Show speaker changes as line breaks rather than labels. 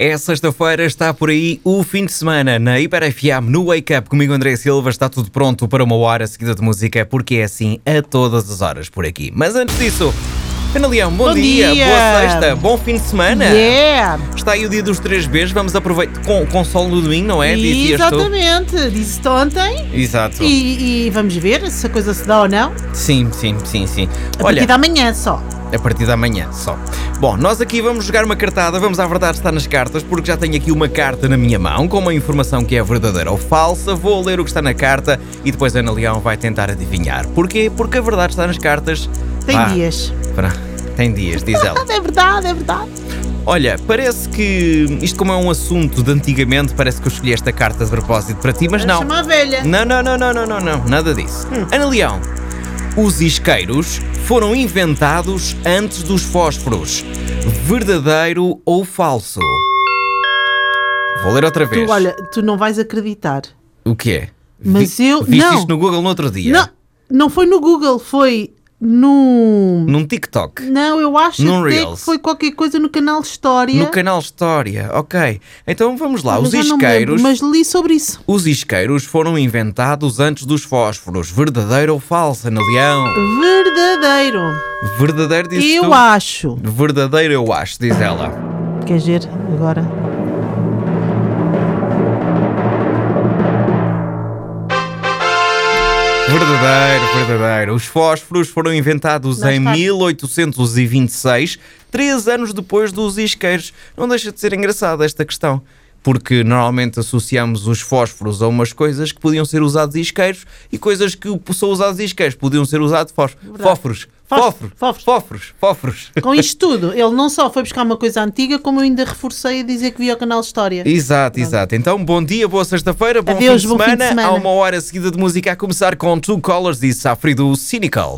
É sexta-feira, está por aí o fim de semana na Hiper FM, no Wake Up, comigo André Silva, está tudo pronto para uma hora seguida de música, porque é assim a todas as horas por aqui. Mas antes disso, Ana Leão, bom,
Bom
dia.
dia.
boa sexta, bom fim de semana.
Yeah!
Está aí o dia dos três Bs, vamos aproveitar com, com sol no domingo, não é? Dizias tu?
Exatamente, disse-te ontem
Exato.
e, e vamos ver se a coisa se dá ou não.
Sim, sim, sim, sim.
A partir da manhã só.
a partir da manhã só. Bom, nós aqui vamos jogar uma cartada, vamos à verdade estar nas cartas, porque já tenho aqui uma carta na minha mão com uma informação que é verdadeira ou falsa. Vou ler o que está na carta e depois a Ana Leão vai tentar adivinhar. Porquê? Porque a verdade está nas cartas.
Tem
Vá,
dias.
pra- Tem dias, diz ela.
Ah, é verdade, é verdade.
Olha, parece que isto, como é um assunto de antigamente, parece que eu escolhi esta carta de propósito para ti, mas não.
Chama a velha.
Não, não, não, não, não, não, não, nada disso.
Hum.
Ana Leão, os isqueiros foram inventados antes dos fósforos. Verdadeiro ou falso? Vou ler outra vez.
Tu, olha, tu não vais acreditar.
O que é?
Mas eu-
Viste
não.
isto no Google no outro dia?
Não, não foi no Google, foi no.
Num TikTok?
Não, eu acho
Num
até
Reels.
que foi qualquer coisa no canal História.
No canal História, ok. Então vamos lá,
É. Ah, Mas
os
já não me lembro,
isqueiros.
Mas li sobre isso.
Os isqueiros foram inventados antes dos fósforos. Verdadeiro ou falso, Ana Leão?
Verdadeiro.
Verdadeiro disse
eu
tu?
acho.
Verdadeiro eu acho, diz ela.
Queres ver agora?
Verdadeiro, verdadeiro. Os fósforos foram inventados
Lá
em
está.
1826, três anos depois dos isqueiros. Não deixa de ser engraçada esta questão. Porque normalmente associamos os fósforos a umas coisas que podiam ser usados isqueiros e coisas que são usados isqueiros podiam ser usados fósforos.
Verdade.
Fósforos. Fósforos.
Fósforos,
Fósforos.
fósforos.
Fósforos. Fósforos.
Com isto tudo, ele não só foi buscar uma coisa antiga, como eu ainda reforcei a dizer que vi ao canal História.
Exato, exato. Então, bom dia, boa sexta-feira, bom,
Adeus,
fim, de
bom fim de
semana.
semana.
Há uma hora seguida de música a começar com Two Colors e Safri do Cynical.